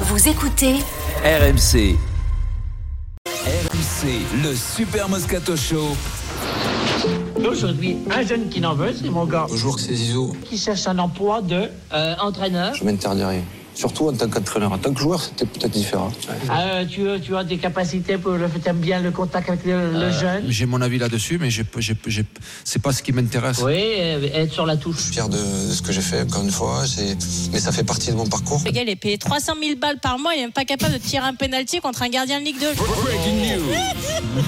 Vous écoutez RMC. RMC, le Super Moscato Show. Aujourd'hui, un jeune qui n'en veut, c'est mon gars, Bonjour, c'est Zizou. qui cherche un emploi de euh, entraîneur. Je m'interdirai. Surtout en tant qu'entraîneur. En tant que joueur, c'était peut-être différent. Euh, tu, as- tu as des capacités pour le aimes bien le contact avec le, le jeune. J'ai mon avis là-dessus, mais j'ai- j'ai- j'ai- c'est pas ce qui m'intéresse. Oui, euh, être sur la touche. Fier de, de ce que j'ai fait, encore une fois. c'est- Mais ça fait partie de mon parcours. Le gars, il est payé 300 000 balles par mois, il est même pas capable de tirer un penalty contre un gardien de Ligue 2. Oh,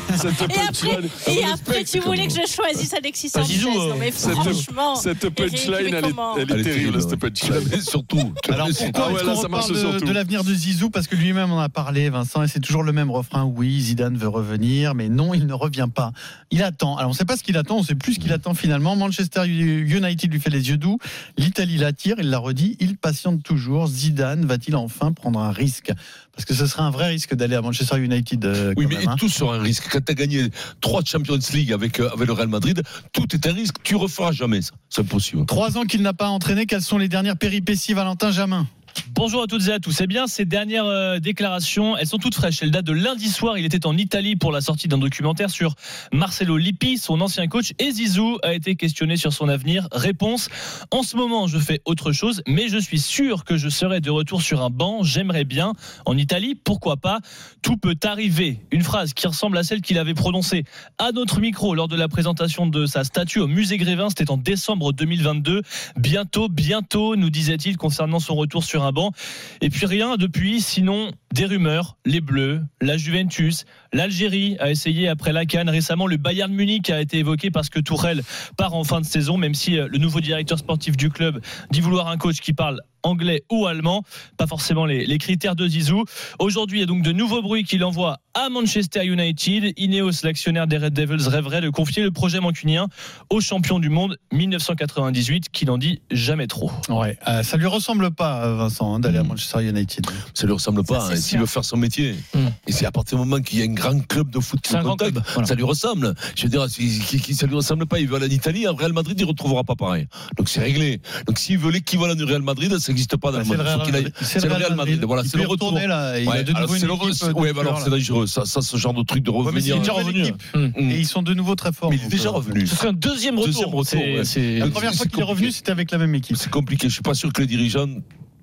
et après, Ah, et après tu voulais que je choisisse Alexis Sanchez. non, mais franchement, Cette punchline, elle Eric, est, comment elle est terrible, cette punchline. surtout. ah Alors pourquoi ouais, est-ce là, qu'on ça marche reparle de, surtout. de l'avenir de Zizou Parce que lui-même en a parlé, Vincent, et c'est toujours le même refrain. Oui, Zidane veut revenir, mais non, il ne revient pas. Il attend. Alors on ne sait pas ce qu'il attend, on ne sait plus Mm. ce qu'il attend finalement. Manchester United lui fait les yeux doux. L'Italie l'attire, il l'a redit, il patiente toujours. Zidane va-t-il enfin prendre un risque Parce que ce serait un vrai risque d'aller à Manchester United. euh, Oui, quand mais même, hein. tout sur un risque. Quand tu as gagné trois Champions League avec, euh, avec le Real Madrid, tout est un risque. Tu referas jamais ça. C'est impossible. Trois ans qu'il n'a pas entraîné, quelles sont les dernières péripéties, Valentin Jamin Bonjour à toutes et à tous. Eh bien, ces dernières euh, déclarations, elles sont toutes fraîches. Elles datent de lundi soir. Il était en Italie pour la sortie d'un documentaire sur Marcelo Lippi, son ancien coach. Et Zizou a été questionné sur son avenir. Réponse En ce moment, je fais autre chose, mais je suis sûr que je serai de retour sur un banc. J'aimerais bien. En Italie, pourquoi pas Tout peut arriver. Une phrase qui ressemble à celle qu'il avait prononcée à notre micro lors de la présentation de sa statue au musée Grévin. C'était en décembre 2022. Bientôt, bientôt, nous disait-il concernant son retour sur un banc. Et puis rien depuis, sinon des rumeurs, les Bleus, la Juventus, l'Algérie a essayé après la Cannes récemment, le Bayern Munich a été évoqué parce que Tourelle part en fin de saison, même si euh, le nouveau directeur sportif du club dit vouloir un coach qui parle anglais ou allemand, pas forcément les, les critères de Zizou. Aujourd'hui, il y a donc de nouveaux bruits qu'il envoie à Manchester United. Ineos, l'actionnaire des Red Devils, rêverait de confier le projet mancunien au champion du monde 1998, qui n'en dit jamais trop. Ouais, euh, ça lui ressemble pas, euh, Vincent, hein, Mm. d'aller à Manchester United. Ça lui ressemble pas. c'est hein. sûr. S'il veut faire son métier, Hmm. Mm. et c'est à partir du moment qu'il y a un grand club de foot qui C'est un le grand contacte, club, voilà. ça lui ressemble. Je veux dire, si- qui- qui- ça lui ressemble pas. Il veut aller en Italie, à Real Madrid, il retrouvera pas pareil. Donc c'est réglé. Donc s'il veut l'équivalent du Real Madrid, ça n'existe pas dans Bah, le monde. Real Il faut qu'il aille- Madrid. C'est le Real Madrid. Voilà, Il c'est peut le y retour. retourner, là, et il a Ouais, de nouveau alors, une c'est le équipe, re- euh, ouais, bah, alors là. c'est dangereux. Ça, ça, ce genre de truc de Ouais, mais c'est revenir. une nouvelle revenu, équipe. Mm. Et ils sont de nouveau très forts. Mais il est déjà revenu. Ce serait un Hmm. deuxième retour. Deuxième retour, C'est- ouais. c'est- La première C'est fois qu'il compliqué. est revenu, c'était avec la même équipe. C'est compliqué. Je suis pas sûr que les dirigeants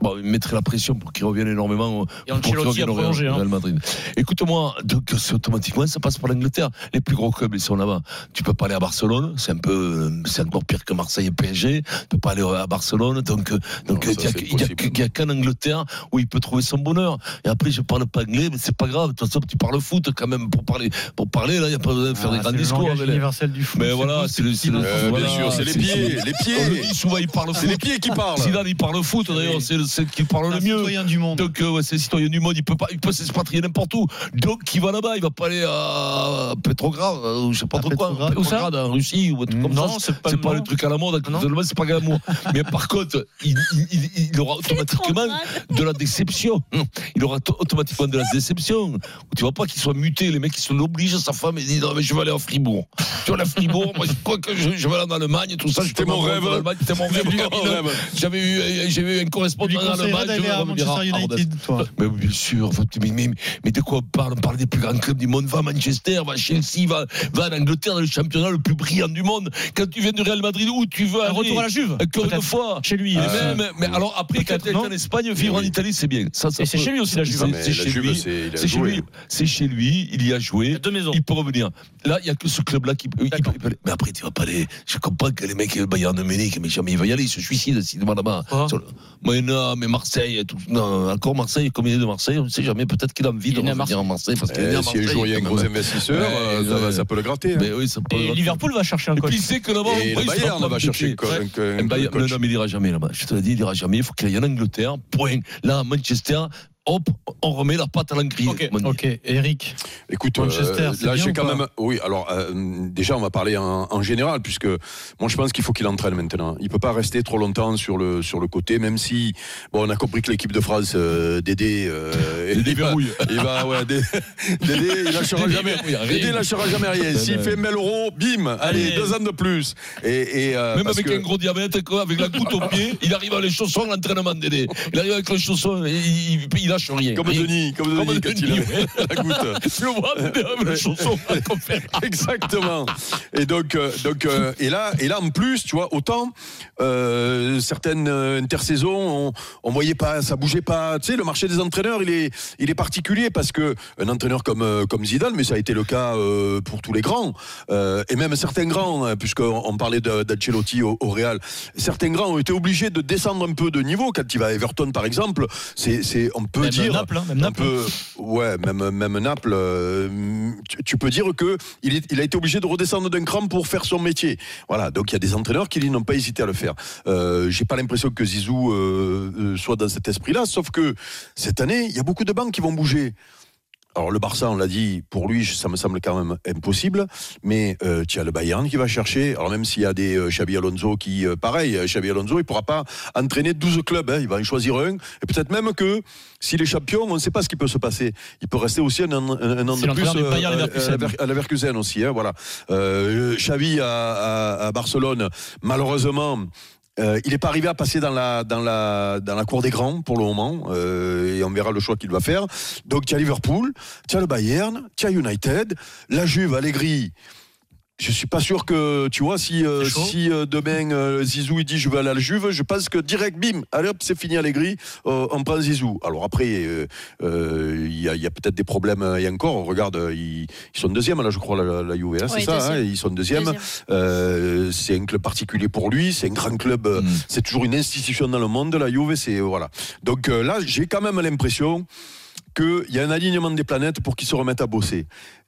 bon, ils mettraient la pression pour qu'ils reviennent énormément. euh, Et pour qu'ils Ancelotti a reviennent au Real- prolongé, hein. Real Madrid. Écoute-moi, donc c'est automatiquement ça passe par l'Angleterre. Les plus gros clubs ils sont là-bas. Tu peux pas aller à Barcelone, c'est un peu, euh, c'est encore pire que Marseille et PSG. Tu peux pas aller à Barcelone, donc euh, donc Non, euh, ça, il y a c'est que- il y a, possible. que- il y a qu'en Angleterre où il peut trouver son bonheur. Et après je parle pas anglais, mais c'est pas grave. De toute façon tu parles foot quand même pour parler pour parler là, il y a pas besoin de faire Ah, des grands c'est le discours. langage mais- universel du foot. Mais voilà, tout, c'est le- c'est le- petit, Euh, Voilà, bien sûr, c'est les c'est- pieds, les On le pieds. dit souvent il parle C'est foot. les pieds qui parlent. Zidane, il parle foot, d'ailleurs, c'est le- c'est qui parle le le mieux. citoyen du monde. Donc, euh, ouais, c'est le citoyen du monde, il peut, pas, il peut s'expatrier n'importe où. Donc, il va là-bas, il va pas aller à Petrograd, euh, ou je sais pas À trop quoi. Petrograd. Petrograd, en Russie, ou un truc comme Non, ça. c'est pas C'est le Ah pas moment. le truc à la mode, actuellement, c'est pas glamour. Mais par contre, il, il- il- il aura automatiquement de la déception. Il aura t- automatiquement de la déception. Tu vois pas qu'il soit muté, les mecs qui se l'obligent, sa femme, il dit non, mais je vais aller à Fribourg. Tu vois, la Fribourg, moi, je, quoi que je, je vais aller en Allemagne, et tout ça. je C'était te mon m'en rêve. vais en Allemagne, C'était mon rêve. J'avais eu, j'avais eu un Tu lui correspondant en conseillerais Allemagne. je Ah, d'aller vais à revenir Manchester à- à Rodez. United, toi Mais oui, bien sûr, faut- mais, mais, mais de quoi on parle On parle des plus grands clubs du monde. Va à Manchester, va à Chelsea, va, va en Angleterre, dans le championnat le plus brillant du monde. Quand tu viens du Real Madrid, où tu veux Un aller retour à la Juve. Encore une peut-être. fois. Chez lui. Et euh, même, mais alors après, quand Peut-être, tu es non en Espagne, vivre Oui, en oui. Italie, c'est bien. Ça, ça Et c'est peut- chez lui aussi, la Juve. hein. C'est- c'est chez lui. C'est C'est chez lui. C'est chez lui. Il y a Il y joué. a deux maisons. Il peut revenir. Là, il n'y a que ce club-là qui peut. il D'accord. peut- mais après, tu vas pas aller. Je comprends que les mecs, le Bayern de Munich, mais jamais il va y aller. Il se suicide s'il va là-bas. Pourquoi Sur le- Mais non, mais Marseille. et Tout... Non, encore Marseille. Comme il est de Marseille, on ne sait jamais. Peut-être qu'il a envie Il de est né à revenir en Marseille. Parce qu'il est né à Si un Marseille. jour il Eh, y a un quand gros même. investisseur, Ouais, euh, ça va- ouais. ça peut le gratter. hein. Mais oui, ça peut- Et Liverpool va chercher un Et coach. puis il sait que là-bas, Et après, le il sera Bayern pas va chercher impliqué. co- un co- Eh un ben, non, coach. non, mais il ira jamais là-bas. Je te l'ai dit, il ira jamais. Il faut qu'il aille en Angleterre. Point. Là, à Manchester, hop, on remet la patte à l'angrie. Ok, Mon Dieu. Ok, Eric. Écoute, Manchester, euh, c'est là bien j'ai ou quand pas même. Oui, alors euh, déjà on va parler en, en général puisque moi je pense qu'il faut qu'il entraîne maintenant. Il peut pas rester trop longtemps sur le sur le côté, même si bon on a compris que l'équipe de France euh, Dédé euh, Il il va- déverrouille. Il va ouais, Dé- Dédé il lâchera Dédé, jamais. il y a rien. Dédé lâchera jamais rien. S'il fait 1000 euros, bim, allez Allez. deux ans de plus. Et, et, euh, Même parce avec que- un gros diabète, quoi, avec la goutte au pied, il arrive à les chaussons, l'entraînement d'aider. Il arrive avec les chaussons, et il, il, il lâche rien. Comme Rien. Denis, comme Denis, Comme quand Denis, il avait la goutte. Tu le vois, mais le chausson à la conférence. Exactement. Et donc, euh, donc euh, et là, et là en plus, tu vois, autant euh, certaines euh, intersaisons, on, on voyait pas, ça bougeait pas. Tu sais, le marché des entraîneurs, il est, il est particulier parce que un entraîneur comme euh, comme Zidane, mais ça a été le cas euh, pour tous les grands euh, et même certains grands, hein, puisqu'on on parlait de- d'Ancelotti au, au Real, certains grands ont été obligés de descendre un peu de niveau quand il va à Everton, par exemple. C'est, c'est, on peut Même dire. Naples, hein, même un Naples. peu- ouais, même, même Naples. euh, tu, tu peux dire que il, est- il a été obligé de redescendre d'un cran pour faire son métier. Voilà. Donc il y a des entraîneurs qui ils, n'ont pas hésité à le faire. Euh, J'ai pas l'impression que Zizou euh, euh, soit dans cet esprit-là. Sauf que cette année, il y a beaucoup de banques qui vont bouger. Alors le Barça, on l'a dit, pour lui, ça me semble quand même impossible. Mais euh, tu as le Bayern qui va chercher. Alors même s'il y a des euh, Xabi Alonso qui, euh, pareil, euh, Xabi Alonso, il pourra pas entraîner 12 clubs. hein. il va en choisir un. Et peut-être même que s'il est champion, on ne sait pas ce qui peut se passer. Il peut rester aussi un, an- un- un an C'est de plus l'entraîneur du euh, Bayern à- Leverkusen. à Lever- à Leverkusen aussi. hein, voilà. Euh, Xavi à, à- à Barcelone, malheureusement. euh, il n'est pas arrivé à passer dans la, dans, la, dans la cour des grands pour le moment, euh, et on verra le choix qu'il va faire. Donc, tu as Liverpool, tu as le Bayern, tu as United, la Juve, Allegri. Je suis pas sûr que, tu vois, si, euh, C'est chaud. si euh, demain euh, Zizou il dit je vais aller à la Juve, je pense que direct, bim, allez hop, c'est fini Allegri, euh, on prend Zizou. Alors après, euh, euh, il y a, il y a peut-être des problèmes, euh, et encore, regarde, euh, ils, ils sont deuxièmes là, je crois, la, la Juve, hein, c'est Oui, ça, hein, deuxième. ils sont deuxièmes. Deuxième. Euh, c'est un club particulier pour lui, c'est un grand club, euh, Mm. c'est toujours une institution dans le monde, la Juve, c'est voilà. Donc euh, là, j'ai quand même l'impression qu'il y a un alignement des planètes pour qu'ils se remettent à bosser.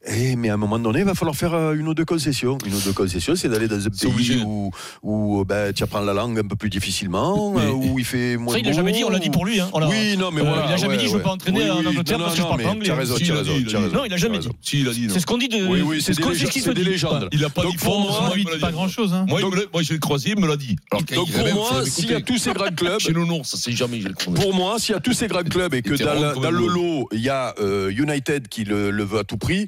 Eh, mais à un moment donné, il va falloir faire euh, une ou deux concessions. Une ou deux concessions, c'est d'aller dans un C'est pays obligé. où, où, euh, ben, tu apprends la langue un peu plus difficilement, Mais- euh, où il fait moins Ça, il l'a beau, jamais dit, on l'a dit pour lui. Hein. On l'a- Oui, non, mais Euh, voilà, il a jamais ouais, dit je veux ouais. pas entraîner Oui, en oui, Angleterre non, parce que non, je parle mais pas anglais. Tu as raison, Si, tu as il a raison, dit, tu il a as dit. raison. Non, il a jamais Tu as dit. raison. Si, il a dit. non. C'est ce qu'on dit de. Oui, oui, c'est c'est ce des qu'on- c'est légendes. ce qui se C'est des dit. légendes. Il a pas Donc, dit pour pour moi, moi. il me l'a Pas dit. grand chose. Hein. Moi, il me l'a- moi, je l'ai croisé, il me l'a dit. Alors, quand Donc il pour rêve, moi, faut s'il y a l'écouter. tous ces grands clubs, Chez nous, non, ça c'est jamais, je l'ai croisé. Pour moi, s'il y a tous ces grands clubs et que T'étais dans, rond la- comme dans un le bleu. lot, il y a euh, United qui le, le veut à tout prix,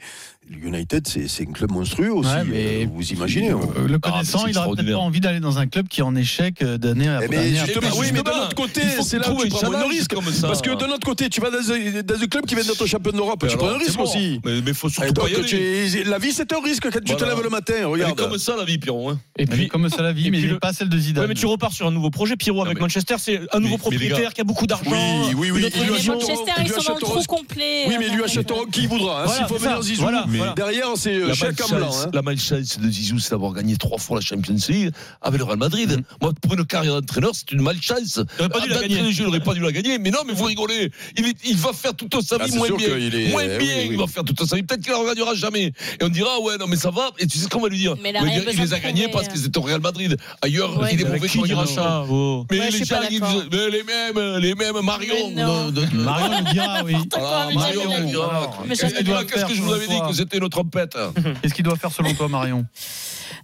United, c'est c'est un club monstrueux aussi. Ouais, mais- euh, vous imaginez hein. Le Ah, connaissant, mais c'est il aurait peut-être extraordinaire. pas envie d'aller dans un club qui est en échec euh, d'année Eh après mais année. justement, après oui, année. mais d'un autre côté, il faut c'est là où trouver tu prends un moins de challenge risques. comme ça. Parce que d'un autre côté, tu vas dans un, dans un club qui vient d'être champion d'Europe, tu Alors, prends un c'est risque bon. aussi. Mais il faut Et surtout donc, pas y aller. tu- la vie, c'est un risque quand tu te Voilà. lèves le matin. Elle est Regarde. comme ça, la vie, Pierrot. hein. Et Elle est puis, comme ça la vie, et mais puis elle est le- pas celle de Zidane. Ouais, mais tu repars sur un nouveau projet, Pierrot, avec mais- Manchester. C'est un nouveau mais- mais les propriétaire gars- qui a beaucoup d'argent. Oui, oui, oui. une il autre lui Mais vision. achète- Manchester, il ils lui sont dans le achète trou complet. Oui, mais il lui euh, achèteront qui voudra. hein. Voilà, S'il faut c'est ça. venir Zizou, Voilà, voilà. derrière, c'est La euh, chèque en blanc. malchance, hein. la malchance de Zizou, c'est d'avoir gagné trois fois la Champions League avec le Real Madrid. Mm. Moi, pour une carrière d'entraîneur, c'est une malchance. T'aurais pas dû la D'entrée gagner. de jeu, il aurait pas dû la gagner. Mais non, mais vous rigolez. Il, est- il va faire toute sa Ah, vie c'est moins sûr bien. qu'il est- Moins eh oui, bien, oui. il va faire toute sa vie. Peut-être qu'il la regagnera jamais. Et on dira, ouais, non, mais ça va. Et tu sais ce qu'on va lui dire Mais la On va Real dire, Il besoin les a de gagnés prouver, parce euh. que c'était au Real Madrid. Ailleurs, Ouais, il est mais mauvais Qui quand il dira dira ça oh. hein. Mais Ouais, je les suis gens, pas ils d'accord. disent, mais les mêmes, les mêmes, Marion. Mais non. Marion le dira, oui. Voilà, Pourquoi, mais Ah, Marion, j'avais elle la- dira. Mais ça, Elle c'est dira, doit Qu'est-ce faire que je vous pour avais dit toi. que c'était une trompette Qu'est-ce qu'il doit faire selon toi, Marion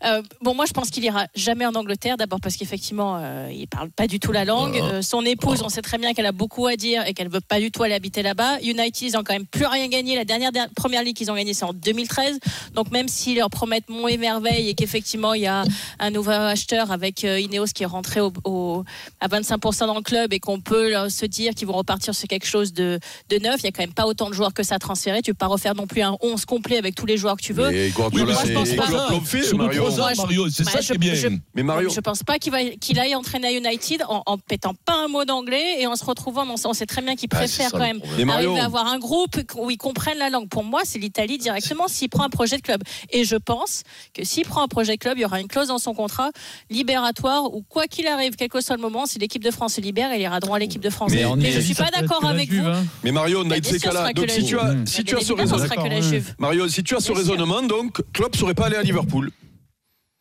Euh, bon, moi, je pense qu'il ira jamais en Angleterre. D'abord parce qu'effectivement, euh, il parle pas du tout la langue. Euh, son épouse, on sait très bien qu'elle a beaucoup à dire et qu'elle veut pas du tout aller habiter là-bas. United, ils ont quand même plus rien gagné. La dernière, der- première ligue qu'ils ont gagnée, c'est en 2013. Donc même s'ils leur promettent mont et merveille et qu'effectivement il y a un nouveau acheteur avec euh, Ineos qui est rentré au, au- à 25% dans le club et qu'on peut là, se dire qu'ils vont repartir sur quelque chose de, de neuf, il y a quand même pas autant de joueurs que ça à transférer. Tu peux pas refaire non plus un 11 complet avec tous les joueurs que tu veux. Mais Guardiola, moi, je c'est- pense il pas. l'a plombé, Sur nos Mario. trois ans, Moi, je- Mario, c'est Bah, ça je- qui est bien. je- Mais Mario, Je pense pas qu'il va- qu'il aille entraîner à United en, en pétant pas un mot d'anglais et en se retrouvant. On, sait- on sait très bien qu'il Ah, c'est préfère ça, quand le même problème. mais Mario, arriver à avoir un groupe où ils comprennent la langue. Pour moi, c'est l'Italie directement s'il prend un projet de club. Et je pense que s'il prend un projet de club, il y aura une clause dans son contrat libératoire où quoi qu'il arrive, quel que soit le moment, si l'équipe de France se libère, il ira droit à l'équipe de France. Mais Mais, en je Italie, suis ça pas peut être d'accord que la avec Juve, vous. hein. mais Mario, on a Bah, été bien sûr, ce cas-là. ce sera Donc que si la tu as, Juve. si Bien tu as ce évidemment, raisonnement, sera que la D'accord, ouais. Juve. Mario, si tu as ce Bien sûr. raisonnement, donc Klopp serait pas allé à Liverpool.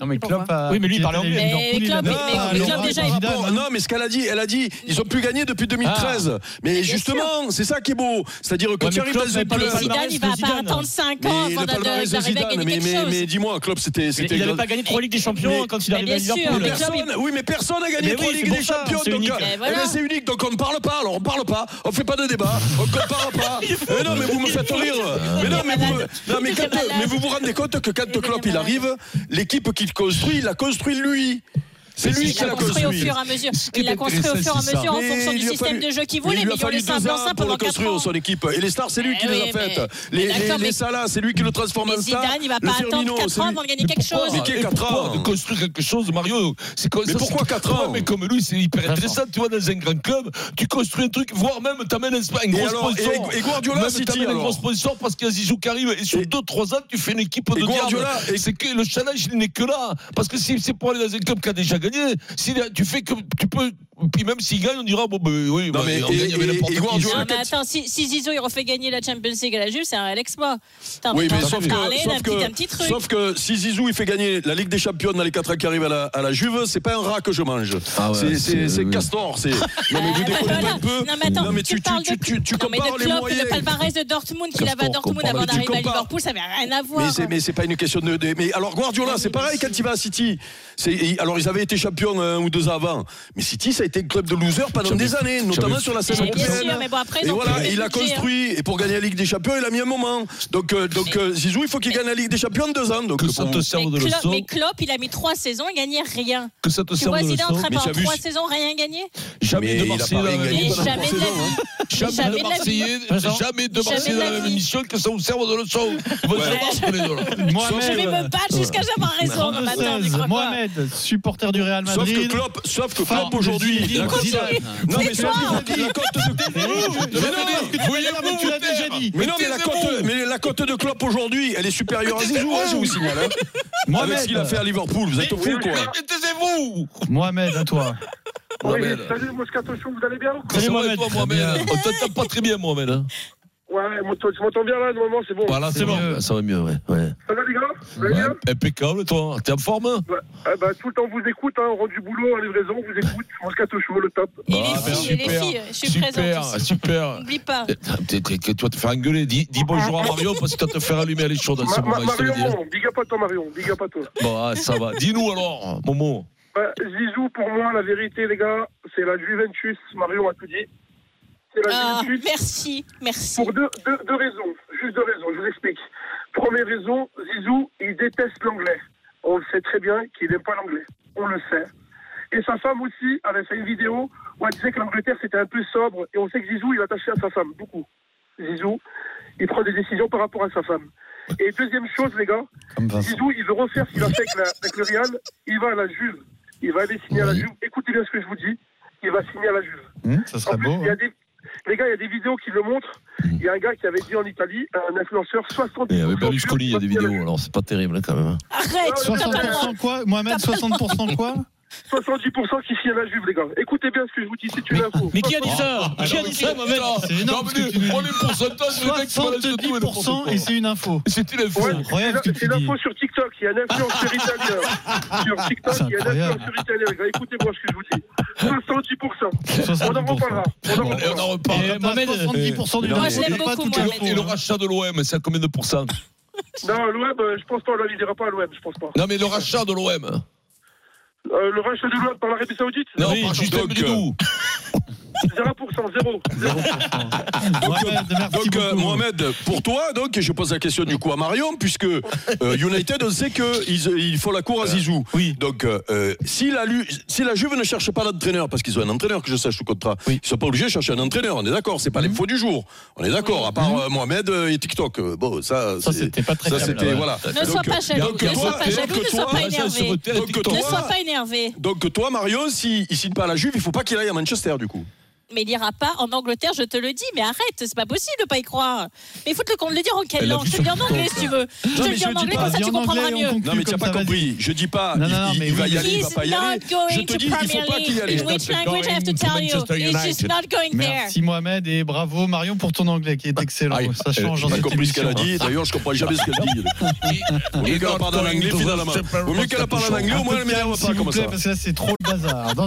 Non, mais Pourquoi Klopp a- Oui, mais lui, il parlait anglais. Liverpool, il a- Mais- mais- mais- Ah, mais Laurent Klopp, Blanc, déjà, par il- Ah. rapport- Bon, non, mais ce qu'elle a dit, elle a dit, ils ont plus gagné depuis 2013. Mais justement, c'est ça qui est beau, c'est-à-dire que Ouais, tu mais arrives Klopp dans n'avait un pas club. le Mais Zidane, il va palmarès de pas Zidane. attendre 5 ans Mais avant le d'a- palmarès de Ah, d'arriver à Zidane, gagner mais, quelque mais, chose. mais dis-moi, Klopp, c'était Il c'était n'avait grand- pas gagné trois Ligues des Champions mais- quand il est arrivé mais à bien sûr, Liverpool. le club, Personne, oui, mais personne n'a gagné Mais trois oui, Ligues c'est des pour ça, Champions. c'est donc, unique. euh, Mais eh voilà. ben, c'est unique, donc on ne parle pas. Alors on parle pas, on fait pas de débat, on compare pas. Mais non, mais vous me faites rire. Mais non, mais vous, non, mais Il est quand- malade. mais vous vous rendez compte que Il quand est Klopp il malade. arrive, l'équipe qu'il construit, il la construit lui. C'est lui Il qui l'a l'a construit au construit. fur et à mesure. Ce qui Il l'a est construit au fur et à intéressant, c'est mesure en ça. fonction Mais du il lui a système fallu- de jeu qu'il voulait. il lui Mais a on fallu les deux a ans blancs pour pendant le 4 construire ans. son équipe. Et les stars, c'est lui Eh qui les oui, a faites. mais- Les, mais les, d'accord, mais- les Salah, c'est lui qui le transforme Mais en star. Zidane, il va Le pas attendre Firmino, 4 c'est ans lui- avant de gagner quelque chose. Mais quel Et quatre pourquoi ans de construire quelque chose, Mario C'est quoi Mais ça, pourquoi c'est- quatre Ouais, ans Mais comme lui, c'est hyper Vincent. intéressant. Tu vois, dans un grand club, tu construis un truc, voire même t'amènes un, spa- Et un gros alors, sponsor. et- et Guardiola, même City, t'amènes un gros alors sponsor parce qu'il y a Zizou qui arrive. Et sur Et- 2-3 ans, tu fais une équipe Et de diable. Guardiola, et- C'est que le challenge, il n'est que là. Parce que si c'est pour aller dans un club qui a déjà gagné, si tu fais que tu peux. Puis même s'il gagne, on dira bon, ben oui, Non, bah, mais on et- gagne avec et- n'importe et qui. Guardiola, Non, mais attends, si, si Zizou il refait gagner la Champions League à la Juve, c'est un réel exploit. Putain, Oui, mais mais on sauf va parler que, d'un sauf, petit, un petit que, truc. sauf que si Zizou il fait gagner la Ligue des Champions dans les 4 ans qui arrivent à la, à la Juve, c'est pas un rat que je mange. Ah ouais, c'est c'est- c'est- c'est oui. Castor. c'est- Non, mais vous Ah, bah déconnez voilà. un peu. Non mais attends, Non, mais tu, tu- parles tu- de tu- tu- tu Non, mais compares de les Klopp, moyens. de Palmarès de Dortmund qu'il avait à Castor, Dortmund compare- avant mais tu d'arriver à compares. Liverpool, ça avait rien à voir. Mais c'est, mais c'est pas une question de, de- Mais alors Guardiola, c'est pareil quand il va à City. C'est, il- alors ils avaient été champions un ou deux ans avant. Mais City, ça a été un club de losers pendant J'avais- des années, notamment j'avais- sur la Eh, scène bien européenne. sûr, mais bon après Et ils ont voilà, pris et le il a budget, hein. construit. Et pour gagner la Ligue des Champions, il a mis un moment. Donc, euh, donc euh, Zizou, il faut qu'il gagne la Ligue des Champions en deux ans. Donc, Que pour ça te vous. serve de mais Klopp, mais leçon. Klopp, il a mis trois saisons, il gagnait rien. Que ça te Tu serve vois, de Zidane en leçon. train Mais pendant t'as vu, trois c'est- saisons, rien gagné. Jamais Mais de il a Marseille pas dans la même gagné Mais émission. jamais de la vie. hein. Jamais Jamais de de la Marseillais, Vincent. jamais de Jamais Marseillais de dans la la même vie. émission que ça vous serve de leçon. Ils vont se Ouais. battre, les deux, là. Je vais me battre jusqu'à j'avoir raison. Non, mais attends, tu 32-16, crois quoi Mohamed, supporter du Real Sauf que Madrid. Klopp, sauf que Fan Klopp de aujourd'hui, Zidane. la- Zidane. Non, mais toi. sauf que la cote de- Je Mais non, l'avais dit, tu voyez-vous, l'as dit, tu l'as Terre. déjà dit. Mais non, mais la Taisez-vous. cote, mais la cote de Klopp aujourd'hui, elle est supérieure à Zizou, hein, je vous signale. hein. Avec ce qu'il a fait à Liverpool, vous êtes au fou, quoi. Mais taisez-vous Mohamed, à toi. Oui, Mohamed. salut Moscato Show, vous allez bien Ça va, Mohamed. toi, Mohamed On t'entend pas très bien, Mohamed. hein. Ouais, moi, tu m'entends bien là, normalement, c'est bon. Voilà, c'est bon. mieux. Ça va mieux, ouais. ouais. Ça va les gars Vous allez Ouais, bien Impeccable, toi. T'es en forme hein Ouais. Eh ben, Tout le temps, vous écoute, hein, on rend du boulot, en livraison, vous écoute. Moscato Show, le top. Et Ah, les ben, filles, et les filles, je suis Super, présente. aussi. super. N'oublie pas. Eh, t'es- t'es- t'es- Tu vas te faire engueuler. Dis, dis bonjour à Mario parce que tu vas te faire allumer les choses dans ce Ma- moment. Ma- il se le dit, hein. Marion, big up à toi, Marion, big up à toi. Bon, ah, ça va. Dis-nous alors, Momo. Bah, Zizou, pour moi, la vérité, les gars, c'est la Juventus. Marion a tout dit. C'est la Ah, Juventus. merci, merci. Pour deux, deux, deux raisons, juste deux raisons, je vous explique. Première raison, Zizou, il déteste l'anglais. On le sait très bien qu'il n'aime pas l'anglais. On le sait. Et sa femme aussi avait fait une vidéo où elle disait que l'Angleterre c'était un peu sobre. Et on sait que Zizou, il est attaché à sa femme, beaucoup. Zizou, il prend des décisions par rapport à sa femme. Et deuxième chose, les gars, Comme Vincent. Zizou, il veut refaire ce qu'il a fait avec, la- avec le Real. Il va à la Juve. Il va aller signer à la Juve. Écoutez bien ce que je vous dis. Il va signer à la Juve. Hum, ça En Ah serait plus, beau. il y a des- Les gars, il y a des vidéos qui le montrent. Il y a un gars qui avait dit en Italie, un influenceur, 60 Et avec Berlusconi, il y a des vidéos, alors c'est pas terrible hein, quand même. hein. Arrête, t'as pas le droit. 60% quoi Mohamed, 60% quoi 70% qui signent la Juve, les gars. Écoutez bien ce que je vous dis, c'est une info. Ah. Mais qui a dit ça Ah, Qui a dit ça, Mohamed C'est énorme ce que tu nous dis. On est pourcentage, le mec qui balance de tout et n'importe 70% et quoi. c'est une info. Eh, C'est une info. Ouais, C'est incroyable ce c'est que c'est tu dis. l'info sur TikTok. Il y a un influenceur italien. Sur TikTok, C'est il y a un incroyable. influenceur italien, les gars. Écoutez-moi ce que je vous dis. 70%. On en 70%. reparlera. On en Et on reparlera. en reparle. Et Mohamed, 70% du Moi, nombre, je on l'aime n'a pas beaucoup, toute Mohamed. l'info, Et le hein. rachat de l'OM, c'est à combien de pourcents Non, l'OM, euh, je pense pas, on ne validera pas à l'OM, je pense pas. Non, mais le rachat de l'OM. Euh, le rush de l'OM par l'Arabie Saoudite Non, Oui, pas Justin donc, Bridou. 0%, 0. Mohamed, merci Donc euh, beaucoup. Mohamed, pour toi, donc je pose la question du coup à Marion, puisque euh, United, on sait qu'ils ils font la cour Euh, à Zizou. oui. Donc euh, euh, si, la, Lu- si la Juve ne cherche pas d'entraîneur, parce qu'ils ont un entraîneur que je sache sous contrat, ils sont pas obligés de chercher un entraîneur. On est d'accord, c'est pas Mhm. les faux du jour. On est d'accord. À part euh, Mohamed euh, et TikTok. Euh, Bon, ça, Ça, c'est- c'était pas très ça, câble, c'était ouais. voilà. Ne sois Donc, pas jaloux, donc, ne toi- sois pas donc, jaloux, ne sois toi- pas Rachat énervé. sur Terre, Donc, TikTok. toi- Ne sois pas énervé. donc toi, Marion, si il signe pas à la Juve, il faut pas qu'il aille à Manchester du coup. Mais il ira pas en Angleterre, je te le dis. Mais arrête, c'est pas possible de pas y croire. Mais il faut te le, le dire en quelle Elle a langue. vu Je te le dis en sur anglais si tu veux. Je te mais le dis je en dis anglais, pas, comme ça Dis tu en comprendras anglais, on mieux. conclut Non mais tu comme n'as pas ça, vas-y. compris. Je dis pas. Non, il- non, non, il, mais il va oui, y mais- aller, il va He's pas y aller. not going Je te to dis, il faut Premier pas qu'il y League. aille. In which language I have to going to tell you? Manchester He's just United. not going there. Merci Mohamed et bravo Marion pour ton Bah, anglais qui est excellent. Aïe. Ça change J'ai en pas cette compris ce qu'elle ah, a émission. dit. D'ailleurs, je comprends jamais ce qu'elle dit. Vaut mieux qu'elle parle en anglais, finalement. Vaut mieux qu'elle parle en anglais, au moins elle hein. Un m'énerve peu de pas calme, s'il vous comme plaît, ça. Parce que là c'est trop le bazar. Dans